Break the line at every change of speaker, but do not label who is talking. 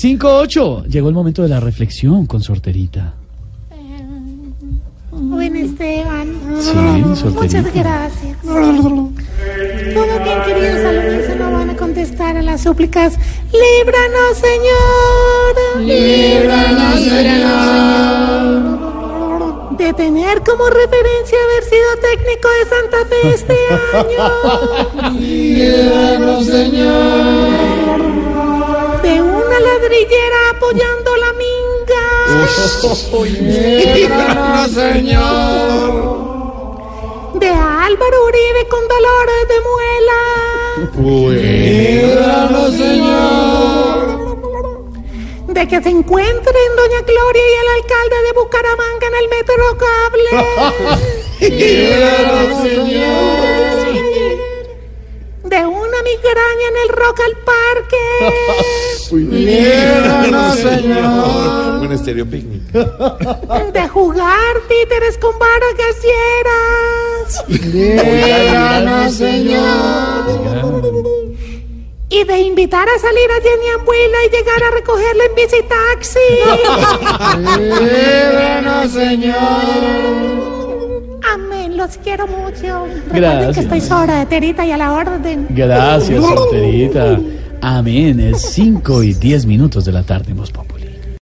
5-8. Llegó el momento de la reflexión con Sorterita.
Bueno, Esteban.
sorterita.
Muchas gracias. Todo bien, queridos alumnos, se no van a contestar a las súplicas. ¡Líbranos, Señor! ¡Líbranos, Señor! De tener como referencia haber sido técnico de Santa Fe este año. ¡Líbranos, Señor! De una ladrillera apoyando la minga. de Álvaro Uribe con dolores de muela. señor. De que se encuentren Doña Gloria y el alcalde de Bucaramanga en el metro cable. señor. De una migraña en el Rock al Parque.
Un estéreo picnic.
De jugar títeres con varas gasieras. Y de invitar a salir a Jenny Ambuila y llegar a recogerla en bici taxi. señor. Amén, los quiero mucho. Recuerden
Gracias.
que estoy sola de Terita y a la orden.
Gracias, Sorterita. Amén. Es 5 y 10 minutos de la tarde en Voz Populi.